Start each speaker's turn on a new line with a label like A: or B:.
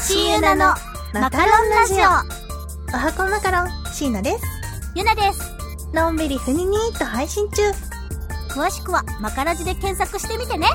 A: シーユナのマカロンラジオ
B: おはこマカロン、シーナです。
A: ゆなです
B: のんびりふににーっと配信中。
A: 詳しくはマカラジで検索してみてね